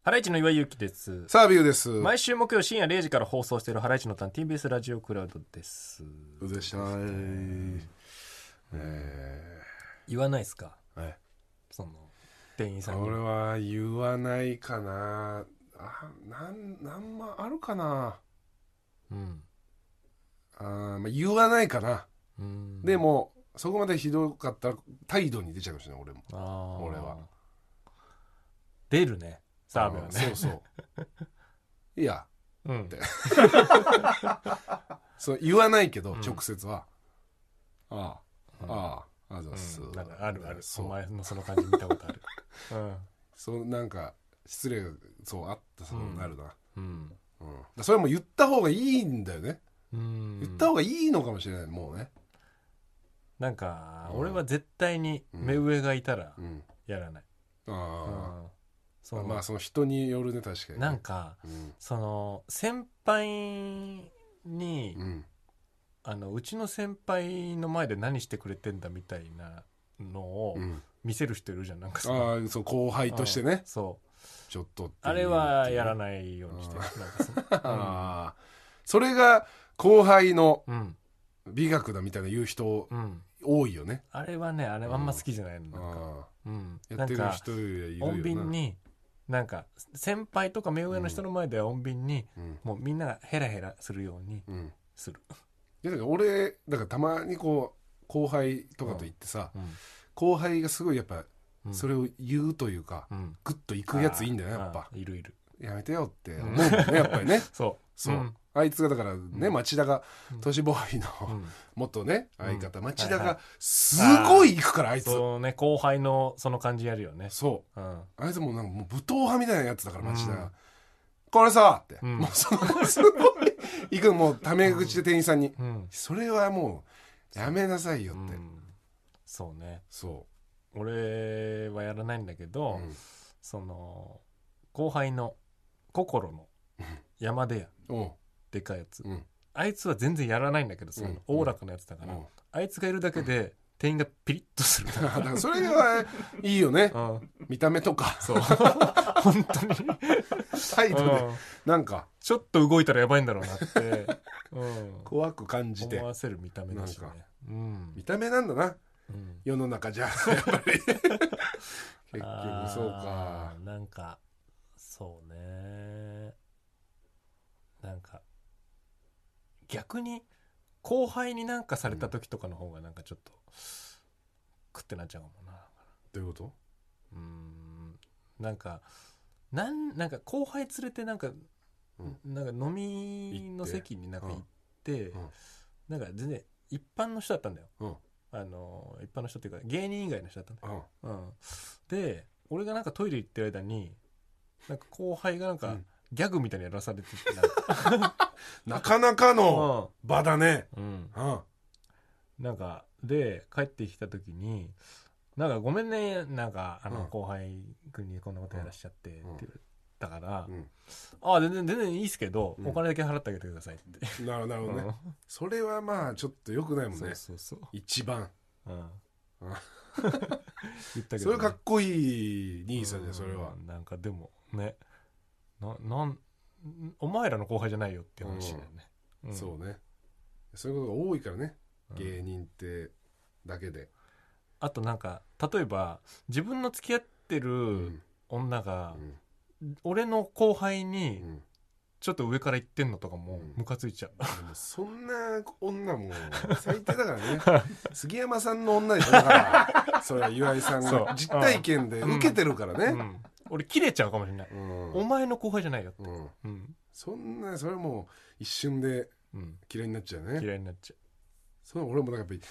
ハライチの岩井ゆきです。サービューです。毎週木曜深夜0時から放送しているハライチのターン TBS ラジオクラウドです。うぜしゃい。え言わないですかーはいその、店員さんに俺。は言わないかな。あ、なん、なんまあるかな。うん。あーまあ、言わないかな。うんで、も、そこまでひどかったら態度に出ちゃうかもしれない、俺も。あー俺は。出るね、澤部はあーね。そうそう。 いや、うん。そう、言わないけど、うん直接は。ああ、うんああ、あざっすうん、なんかあるある。そおう前のその感じ見たこと ある。そう、なんか、失礼が、そう、あった、そうなるな。うん。うん、だからそれも言った方がいいんだよね、うん。言った方がいいのかもしれないもうね、なんか、うん俺は絶対に目上がいたらうん、やらない。あうんそあ、のまあその人によるね確かにねなんか、うんその先輩に、うんあのうちの先輩の前で何してくれてんだみたいなのをうん、見せる人いるじゃんなんかさああそう後輩としてねそうちょっとあれはやらいないようにしてるあなんかそうああそれが後輩のうん美学だみたいな言う人うん多いよね、あれはねあれうんあんま好きじゃないのなんかあうんあやなってんるか人よりはいるよな穏便、になんか先輩とか目上の人の前では穏便にうんもうみんながヘラヘラするようにうん、するでだから俺だからたまにこう後輩とかと言ってさ、うん後輩がすごいやっぱうんそれを言うというか、うんグッといくやついいんだよねやっぱあーいるいるやめてよって思うもんねやっぱ りねそそう、うんあいつがだからね町田がうん都市ボーイのううん元ね相方うん町田はいはがすごい行くからあいつそそうね後輩のその感じやるよねうそううんあいつもなんかもう武闘派みたいなやつだから町田うんがこれさってうんもうそのすごい行くもうタメ口で店員さんにうんそれはもうやめなさいよってうんそうねそ俺はやらないんだけうど、その後輩の心の山出やうんおうでかいやつうんあいつは全然やらないんだけどそういうのうんおおらかなやつだから、おうあいつがいるだけで店員がピリッとする、だからそれはいいよねうん、見た目とかそう本当に、態度でうんなんかちょっと動いたらやばいんだろうなって、うん、怖く感じて思わせる見た目だしねなんかうん見た目なんだなうん世の中 じゃやっぱり結局そうあかーなんかそうねなんか逆に後輩になんかされた時とかの方がなんかちょっとくってなっちゃうかもなどういうことうーんなんかなんなんか後輩連れてなんか、うんなんか飲みの行って席になんか行って、うんなんか全然一般の人だったんだようんあの一般の人っていうか芸人以外の人だったんだようんうん、で俺がなんかトイレ行ってる間になんか後輩がなんうかんギャグみたいにやらされててなんか なかなかの場だねうんうんうんなんかで帰ってきた時に「なんかごめんねなんかあうのん後輩君にこんなことやらしちゃって」ってうん言ったから「うんああ全然全然いいっすけど、うんお金だけ払ってあげてください」って、なるなるほどうねんそれはまあちょっと良くないもんそねうそうそう、一番 うんうん、言ったけどね、それかっこいい兄さんだよそれはうんなんかでもねななんんお前らの後輩じゃないよって話だよね、んそうねそういうことが多いからねうん芸人ってだけであとなんか例えば自分の付き合ってうるん女がう、ん俺の後輩うにんちょっと上から言ってんのとかもうんムカついちゃう、でもそんな女も最低だから ね杉山さんの女でしょだからそれは岩井さんそうが実体験で受けてるからうねん俺切れちゃうかもしれない、うんお前の後輩じゃないよってうんうん、そんなそれはもう一瞬でうん、嫌いになっちゃうね嫌いになっちゃそれは俺もなんかやっぱり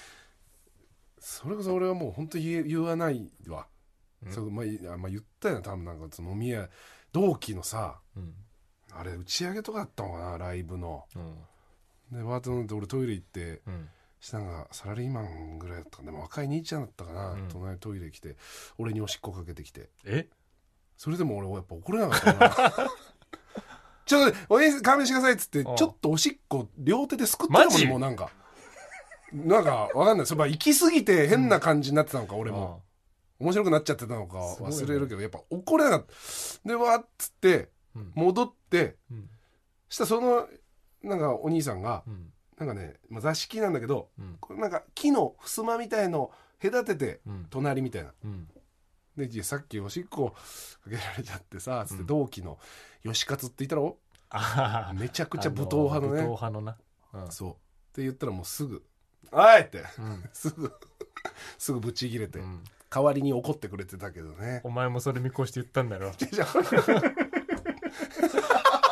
それこそ俺はもう本当言え言わないわ、うんそうまあいあまあ、言ったよな多分なんかその飲み屋同期のさううん、あれ打ち上げとかあったのかなライブのうんでバートンで俺トイレ行ってうんしたんがサラリーマンぐらいだったかなでも若い兄ちゃんだったかな、うん隣トイレ来て俺におしっこかけてきてえそれでも俺はやっぱ怒れなかったな ちょっとおや勘弁してくださいっつってちうんょっとおしっこ両手ですくったマのジにもうなんかなんかわかんないそれは行き過ぎて変な感じになってたのか俺も、あ面白くなっちゃってたのかすごいね忘れるけど、やっぱ怒れなかったでわーっつってうん戻ってうんしたらそのなんかお兄さんがうんなんかね、まあ、座敷なんだけどうんこれなんか木の襖みたいの隔ててうん隣みたいなうんでいやさっきおしっこかけられちゃってさつってうん同期の吉勝って言ったらおああめちゃくちゃ武闘派のね武闘派のなうんそうって言ったらもうすぐ「あい!」って うんすぐすぐブチ切れて、うん代わりに怒ってくれてたけどね お前もそれ見越して言ったんだろじゃあ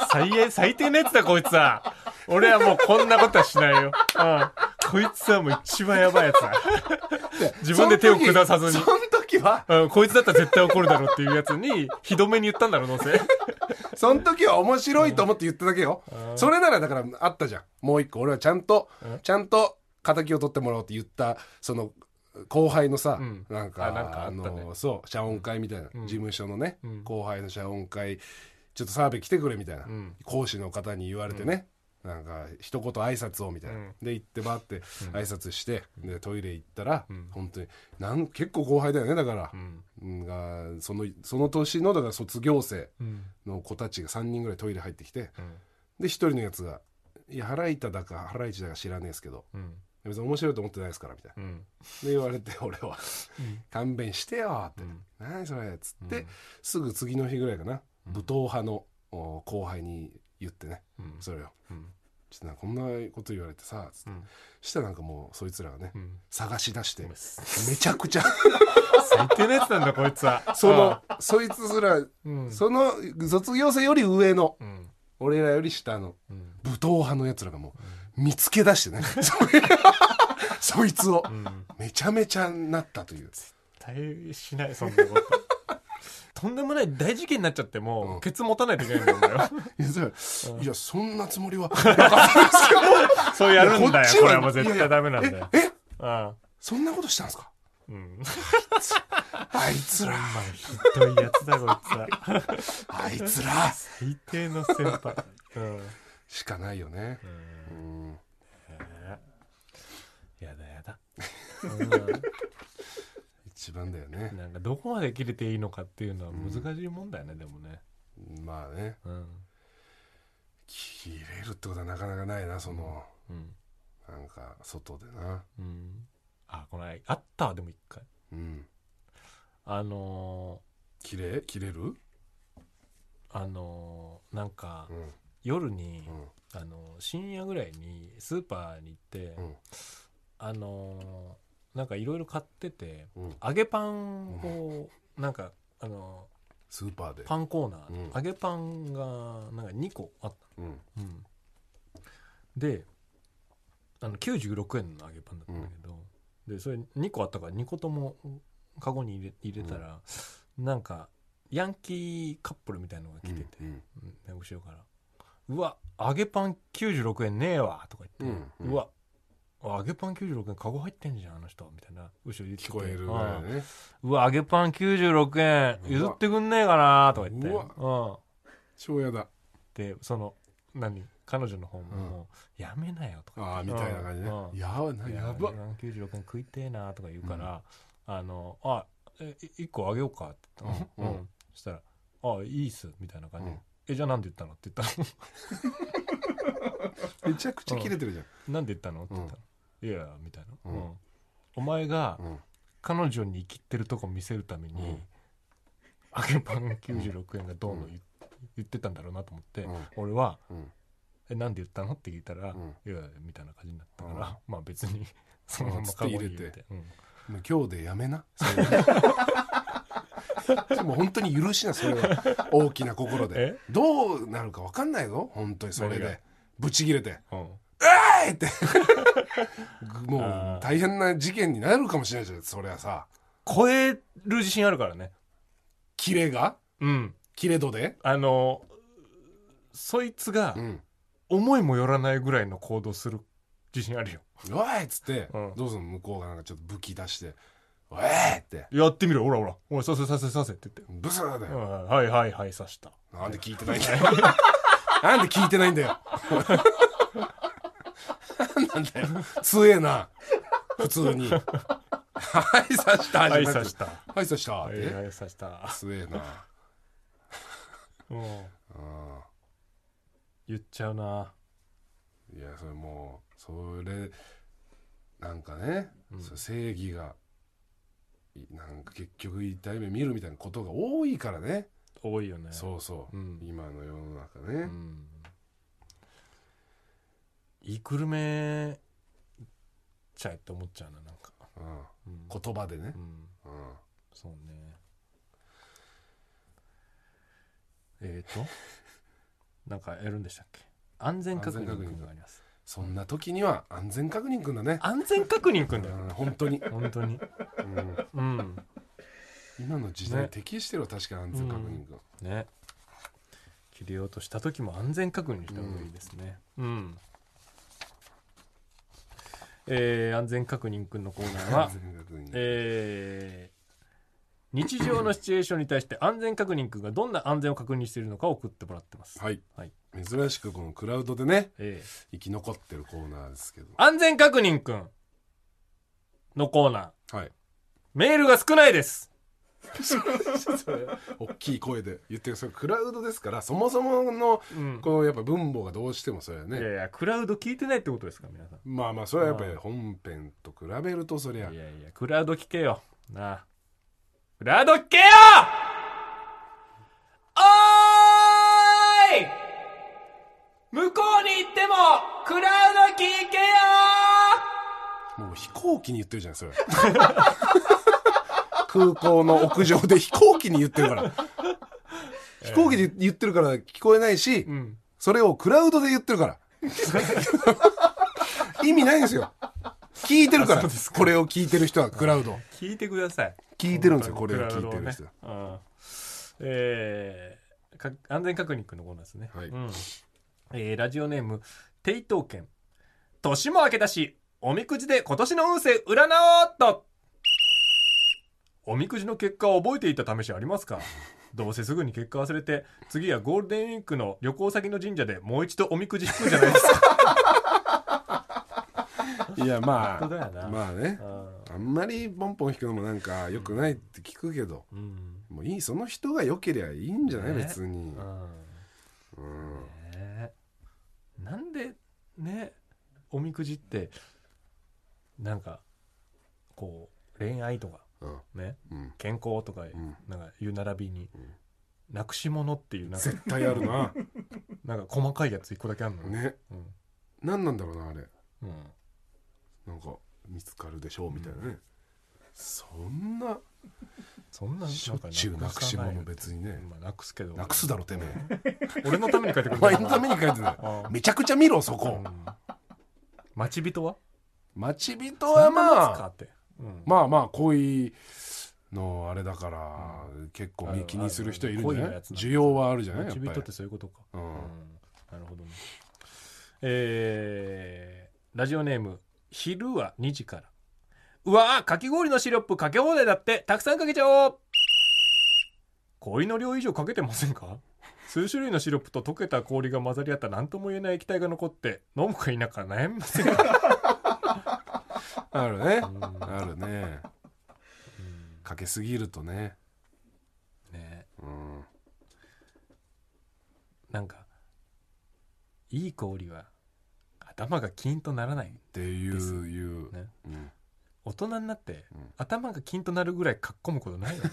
最悪最低なやつだこいつは俺はもうこんなことはしないよ、うん、こいつはもう一番やばいやつだ自分で手を下さずにその時その時はうん、こいつだったら絶対怒るだろうっていうやつに、ひどめに言ったんだろう、どうせ。その時は面白いと思って言っただけようんそれならだからあったじゃんもう一個俺はちゃんとうんちゃんと敵を取ってもらおうって言ったその後輩のさ、うんなんかあなんかあったねのそう謝恩会みたいな、うん事務所のね、うん後輩の謝恩会ちょっと澤部来てくれみたいな、うん講師の方に言われてね、なんか一言挨拶をみたいな、うんで行ってバーって挨拶して、でトイレ行ったら、うん本当になん結構後輩だよねだからう、ん。うんがそのその年のだから卒業生うん。の子たちが3人ぐらいトイレ入ってきてうん。で一人のやつが「いや腹板だか腹市だか知らねえですけどうん。別に面白いと思ってないですから」みたいなうん。で言われて 俺はうん「勘弁してよ」ってうん「何それ」っつって、うんすぐ次の日ぐらいかなうん武闘派のお後輩に言ってねうんそれをうん。 「ちょっとなんかこんなこと言われてさ」つってうんしたらなんかもうそいつらがねうん。探し出してごめんめちゃくちゃ最低なやつなんだ、こいつは。そのそいつらうん。うん。その卒業生より上のうん。俺らより下のうん。武闘派のやつらがもう見つけ 出してね それそいつをうん。めちゃめちゃなったという絶対しない、そんなこと。 とんでもない大事件になっちゃってうもん、ケツ持たないといけないんだよ。いやそれうんいやそんなつもりはなかったんですけど そうやるんだこっよ。ちはこれはもう絶対ダメなんだよ。ええあそんなことしたんですかうん。あいつらまあ、ひどいやつだ、こい つは。あいつら最低の先輩。うん。しかないよねうんやだやだ、一番だようねん、なんかどこまで切れていいのかっていうのは難しいもんだよね、でもね、まあねうん切れるってことはなかなかないなそのうんなんか外でなうん、あこの間あったわでも一回うんあの切れ切れるーあのーなんかうん夜に、うんあのー深夜ぐらいにスーパーに行って、うんあのーなんかいろいろ買っててうん揚げパンを、なんかあのスーパーでーパンコーナー、うん揚げパンがなんか2個あったうんうん、であの96円の揚げパンだったんだけど、でそれ2個あったから2個ともカゴに入れ入れたら、なんかヤンキーカップルみたいのが来てて、うんうんうんで後ろから「うわ揚げパン96円ねえわ」とか言って「ううんうんわ揚げパン96円カゴ入ってんじゃんあの人」みたいな後ろ言って聞てこえるぐうらいんだねうわ揚げパン96円譲ってくんねえかな」とか言ってうわうん超やだでその何彼女の方もうんもうやめなよ」とかああみたいな感じねうんや「ばないいややば96円食いてえな」とか言うから「あのあえい一個あげようか」って言ったの、うんうんうんそしたら「あいいっす」みたいな感じでうんえじゃあなんで言ったの?」 って言っためちゃくちゃ切れてるじゃんの「なんで言ったの?」って言ったの「いやいや」みたいな、うんうんお前がうん彼女に生きてるとこ見せるために、うん揚げパン96円がどうの言,、言ってたんだろうなと思って、うん俺はうん「えなんで言ったの?」って聞いたら「うんいやみたいな感じになったから、まあ別にそのままつってカゴに入入れれてて、うんもう今日でやめな。で も本当に許しなそれは大きな心でえどうなるか分かんないぞ本当にそれ何でがブチ切れて「 えい!」ってもうあー大変な事件になるかもしれないじゃんそれはさ超える自信あるからねキレがうんキレ度であのそいつがうん思いもよらないぐらいの行動する自信あるよ「おい!」っつってうんどうするの向こうがなんかちょっと武器出して「おい!」ってやってみろほらほらほらさせさせさせって言って、 「ブスだうよんはいはいはい刺したなんで聞いてないんだよ なんで聞いてないんだよなんなんだよ強えな普通にはい刺した挨じゃ拶なくしたはい刺したっ挨て拶した強えなもうんう言っちゃうないやそれもうそれなんかね、うんそれ正義がいなんか結局痛い目見るみたいなことが多いからね、多いよねそうそう、うん今の世の中うね、んいいくるめちゃえって思っちゃうななんか、うんうん言葉でねう、んうんそうねえ っ、ー、となんかやるんでしたっけ安全確認安全確認君がありますそんな時には安全確認くんだね、安全確認君だようん本当に、本当にうんうん今の時代ね適してるわ確かに安全確認くん、ね切り落とした時も安全確認した方がいいですねうん、えー安全確認くんのコーナーは安全確認、えー日常のシチュエーションに対して安全確認くんがどんな安全を確認しているのかを送ってもらってます、はい、はい珍しくこのクラウドでねえー生き残ってるコーナーですけど安全確認くんのコーナーはいメールが少ないです大きい声で言ってるそれクラウドですからそもそものうんこのやっぱ文法がどうしてもそれはいね、やいやクラウド聞いてないってことですか皆さんまあまあそれはやっぱり本編と比べるとそりゃいやいやクラウド聞けよなあクラウド聞けよおーい向こうに行ってもクラウド聞けよもう飛行機に言ってるじゃんそれ 空港の屋上で飛行機に言ってるから 飛行機で言ってるから聞こえないし、うんそれをクラウドで言ってるから意味ないんですよ聞いてるからこれを聞いてる人はクラウド聞いてください聞いてるんですよこれをは聞いてる人、ねうんえーか安全確認君のコーナーですね、はいうんえーラジオネームテイトーケン年も明けたしおみくじで今年の運勢占おうっとおみくじの結果を覚えていた試しありますかどうせすぐに結果忘れて次はゴールデンウィークの旅行先の神社でもう一度おみくじ引くんじゃないですかいや ま本当だよなあまあねああんまりポンポン弾くのもなんか良くないって聞くけど、ーうんもういいその人が良けりゃいいんじゃない、ね別に、うんうんねえなんでねおみくじってなんかこう恋愛とかうんねうん健康とかうんなんかいう並びにうんなくし物っていうなんか絶対あるな なんか細かいやつ一個だけあるのよ ねうん何なんだろうなあれうんなんか見つかるでしょうみたいなね、そんなそんなしょっちゅうなくし物別にねまあなくすけどなくすだろてめえ俺のために書いてくおれ前たのために書いてないああめちゃくちゃ見ろそこ、うん待ち人は待ち人はそんな待まつかあってうんまあまあ恋のあれだから、結構気にする人いるんじゃ恋なのいやつなんだ需要はあるじゃないやっ待ちぱ人っりてそういうことかうんなるほどね。えーラジオネーム、昼は2時から。うわーかき氷のシロップかけ放題だって、たくさんかけちゃおう氷の量以上かけてませんか数種類のシロップと溶けた氷が混ざり合った何とも言えない液体が残って、飲むか否か悩みませんかあるねうんあるねかけすぎるとねねうんなんか、いい氷は頭がキーンとならない。っていですういう、ねうん大人になって、うん頭がキーンとなるぐらいかっこむことないよ。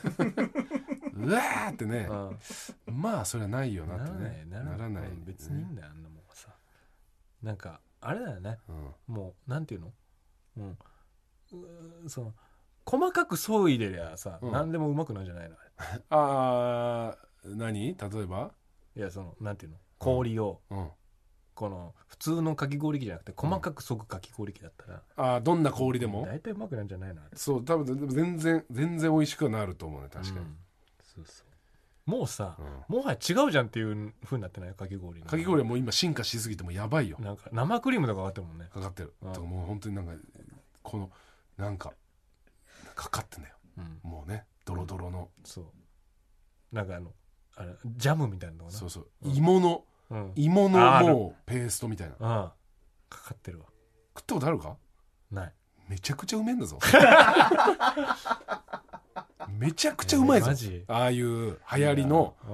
うわーってねうんまあそれはないよななっらてないねならないね別にいいんだよあんなもんはさなんかあれだよねうんもうなんていうのうんうーその細かく相違でりゃさ、うん何でもうまくなるんじゃないのあれあー何例えばいやそのなんていうの氷を、うんこの普通のかき氷機じゃなくて細かくそぐかき氷機だったら、あーどんな氷でも大体うまくなるんじゃないのあれそう多分でも全然全然美味しくはなると思うね確かうんそうそうもうさに、、もはや違うじゃんっていうふうになってないかき氷うのんかき氷はもう今進化しすぎてもうやばいよなんか生クリームとかかかってるもんね、かかってるうんともう本当になんかこのなんかかかってんだようん、もうねドロドロのそうなんかあのあれジャムみたいなのかなそうそううん芋のうん、芋あーあのるもうペーストみたいなうん、かかってるわ食ったことあるかないめちゃくちゃうめえんだぞ めちゃくちゃうまいぞ、えーマジああいう流行りのう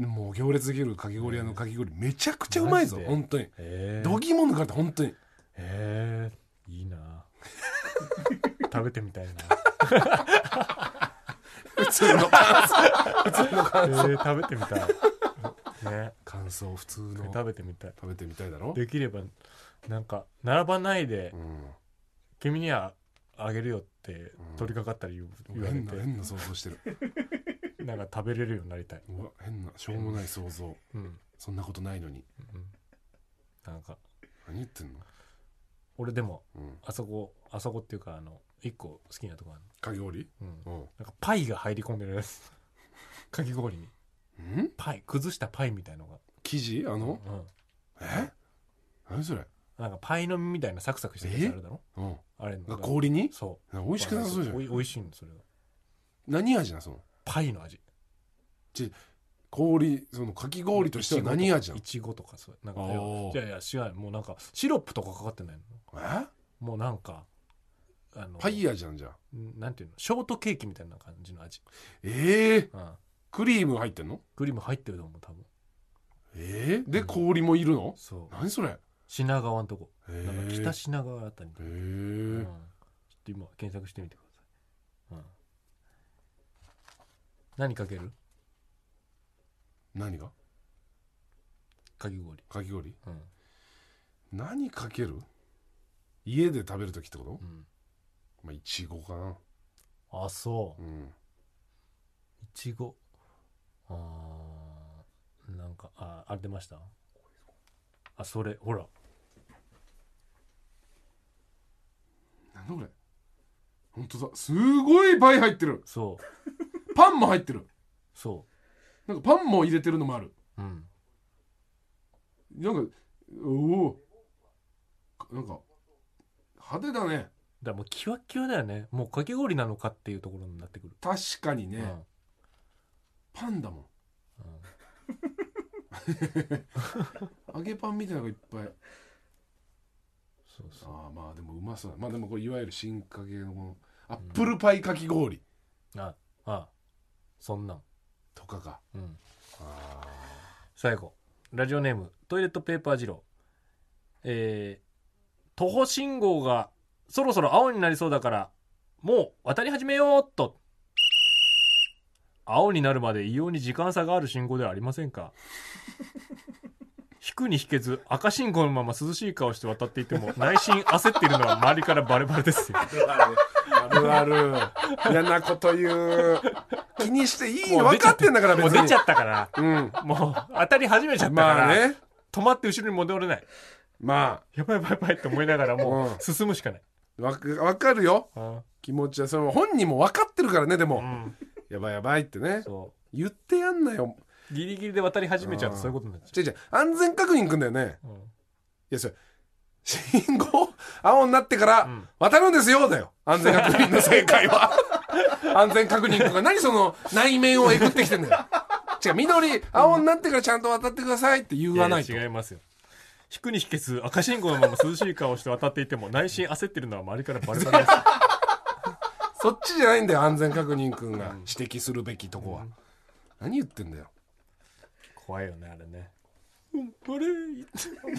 んもう行列できるかき氷屋のかき氷めちゃくちゃうまいぞマジで本当にえーどぎも抜かれた本当にえー、いいな 食べてみ たいな、普通 の感想えー、食べてみたいね感想普通これの食べてみたい食べてみたいだろ、できればなんか並ばないでう君にはあげるよってうん取り掛かったり言う言ん、われ変なて変な想像してるなんか食べれるようになりたい、うわ変なしょうもない想像うんうん、そんなことないのになんか何言ってんの、俺でもうん、あそこあそこっていうかあの一個好きなとこあるかき氷の、うん、うんなんかパイが入り込んでるやつかき氷にんパイ崩したパイみたいのが、生地あのうん、え何それなんかパイの実みたいなサクサクしたやつあるだろうんあれのが氷にそ美う味しくなさそうじゃおんい美味しいのそれが何味なそのパイの味氷そのかき氷としては何味ないのちごとかそうなんかおーいやいや違うもうなんかシロップとかかかってないえのもうなんかあのパイ味なんじゃんんなんていうのショートケーキみたいな感じの味、ええうん、クリーム入ってんのクリーム入ってると思う多分ええでうん氷もいるのそう何それ品川のとこええなんか北品川あたりえうん、ちえょっと今検索してみてください、うん、何かける何がかき氷、かき氷うん何かける家で食べる時ってことうん、まあいちごかなあそううんいちごあーなんかああれ出ましたあそれほらなんだこれ本当だすごいパイ入ってるそうパンも入ってるそなんかパンも入れてるのもあるううんなんかおおなんか派手だねだからもうキワッキワだよねもうかき氷なのかっていうところになってくる、確かにね、うんパンだもんうん揚げパンみたいなのがいっぱいそうそうああまあでもうまそうだまあでもこれいわゆる進化系のこのアップルパイかき氷ああそんなんとかか、うんあ最後ラジオネームトイレットペーパー二郎えー、徒歩信号がそろそろ青になりそうだからもう渡り始めようっと青になるまで異様に時間差がある信号ではありませんか引くに引けず赤信号のまま涼しい顔して渡っていても内心焦っているのは周りからバレバレですよあるある嫌なこと言う気にしていいのもう出分ちゃかっっててんだから別もうに出ちゃったからうんもう当たり始めちゃったから、まあね止まって後ろに戻れないまやばいやばいやばいって思いながらもうんう進むしかない、あわかわかるようん気持ちはそれも本人も分かってるからねでも、うん、やばいやばいってねそ言ってやんなようギリギリで渡り始めちゃうとそういうことになっち違う違う安全確認くんだよねゃう、いやそれ信号青になってかうらん渡るんですよだよ安全確認の正解 は安全確認とか何その内面をえぐってきてんだよ違う緑青になってからちゃんと渡ってくださいって言うん、わないとやや違いますよ引くに引けず赤信号のまま涼しい顔して渡っていても内心焦ってるのは周りからバレバレ ですそっちじゃないんだよ安全確認くんが指摘するべきとこは、何言ってんだよ怖いよねあれねうんあれ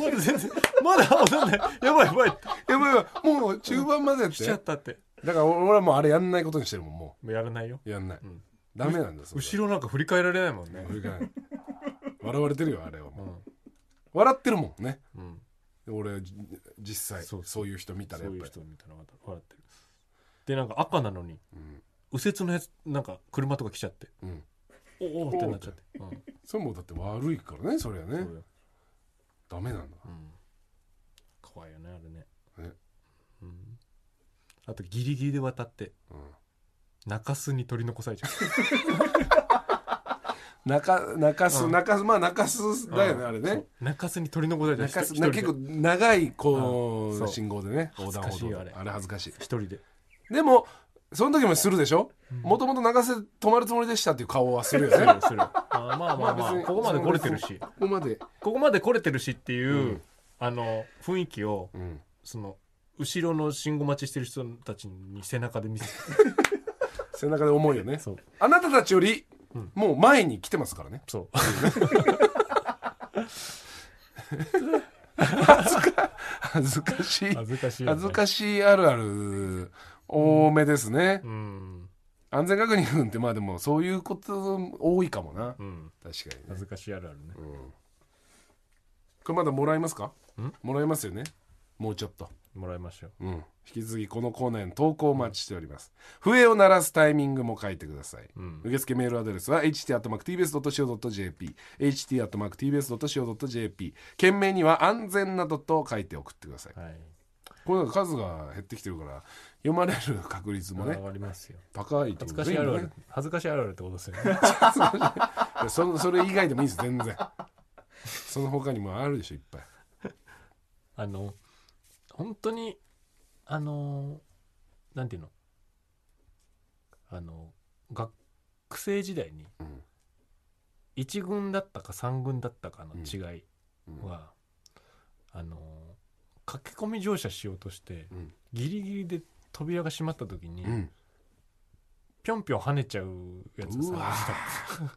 まだ全然まだ青なんないやばいやばいってやばいやばいもう中盤までやっ来てちゃだっかたってら俺はもうあれやんないことにしてるもんももうやらないようやんない、んダメなんだそれ後ろなんか振り返られないもんね振り返る笑われてるよあれはもう、うん笑ってるもんねうん俺じ実際そそうういう人見たらそやっういうぱり人みたいなのが笑ってるでなんか赤なのに、右折のやつなんか車とか来ちゃってうんおおってなっちゃって、うんそれもだって悪いからねそれはねそうよダメなんだうん怖いよねあれねねうんあとギリギリで渡ってうん中洲に取り残されちゃう中中う洲ん中洲まあ中洲 だよねうんあれそねう中洲に取り残されちゃう中洲一人なで結構長いうんこそうう信号でね恥横ず断か歩しい道でああれれ恥ずかしい一人ででもその時もするでしょもともと中洲で止まるつもりでしたっていう顔はするよするね するあーまあまあままああ別にここまで来れてるしここまでここまで来れてるしっていう、うんあの雰囲気をうんその後ろの信号待ちしてる人たちに背中で見せて背中で重いよねそうあなたたちよりもう前に来てますからね そう恥ずかしい恥ずかしいよね恥ずかしいあるある多めですね、うん安全確認ってまあでもそういうこと多いかもな、うん確かにね恥ずかしいあるあるねこれまだもらえますかもらえますよねもうちょっともらいましょううん引き続きこのコーナーへの投稿をお待ちしております笛を鳴らすタイミングも書いてください、受付メールアドレスは ht.tbs.co.jp ht.tbs.co.jp 件名には安全などと書いて送ってくださいはいこれなんか数が減ってきてるから読まれる確率もね上がりますよ高いって恥こずかとでしいすあねるあ今るね恥ずかしいあるあるってことですよね いやそのそれ以外でもいいです全然その他にもあるでしょいっぱいあの本当にあのなんていうのあの学生時代にうん一軍だったか三軍だったかの違いうんは、あの駆け込み乗車しようとして、うんギリギリで扉が閉まった時に、うんぴょんぴょん跳ねちゃうやつうわがー三軍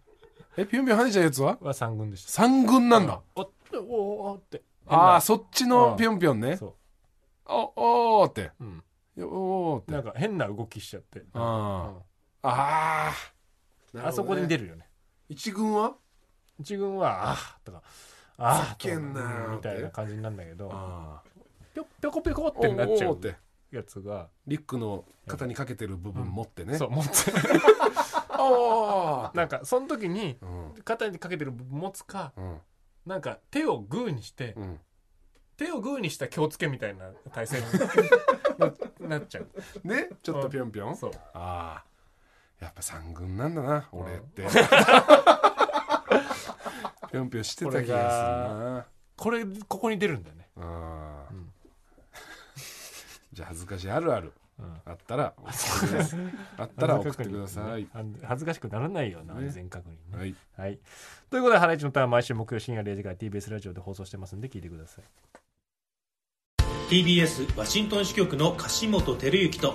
えぴょんぴょん跳ねちゃうやつはしたは三軍でした三軍なんだおっおおおってああそそっちのぴょんぴょんねそおおーってう、うん、おおーなってんか変な動きしちゃってうあんあーあそこに出るるよね一軍は自分は「あー」とか「あー」ふざけんなよとかってみたいな感じになるんだけどああぴょぴょこぴょこっおてなっちゃーおうーってやつがリュックの肩にかけてる部分持ってねそう持って おおなんかその時にうん肩にかけてる部分持つかうんなんか手をグーにしてうん手をグーにした気をつけみたいな体勢に ななっちゃうねちょっとぴょんぴょんそうああやっぱ三軍なんだな俺って ぴょんぴょんしてた気がするなこれここに出るんだよねあーん じゃあ恥ずかしいあるあるうんあったら送ってくださいあ ったら送ってくださいあの恥ずかしくならないようなね安全確認ねはいはい。ということで、ハライチのターンは毎週木曜深夜0時から TBS ラジオで放送してますんで、聞いてください。 TBS ワシントン支局の樫本照之と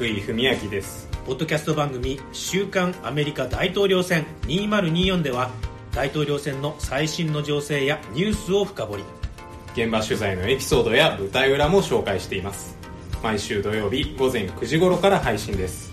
涌井文明ですポッドキャスト番組「週刊アメリカ大統領選2024」では大統領選の最新の情勢やニュースを深掘り現場取材のエピソードや舞台裏も紹介しています毎週土曜日午前9時頃から配信です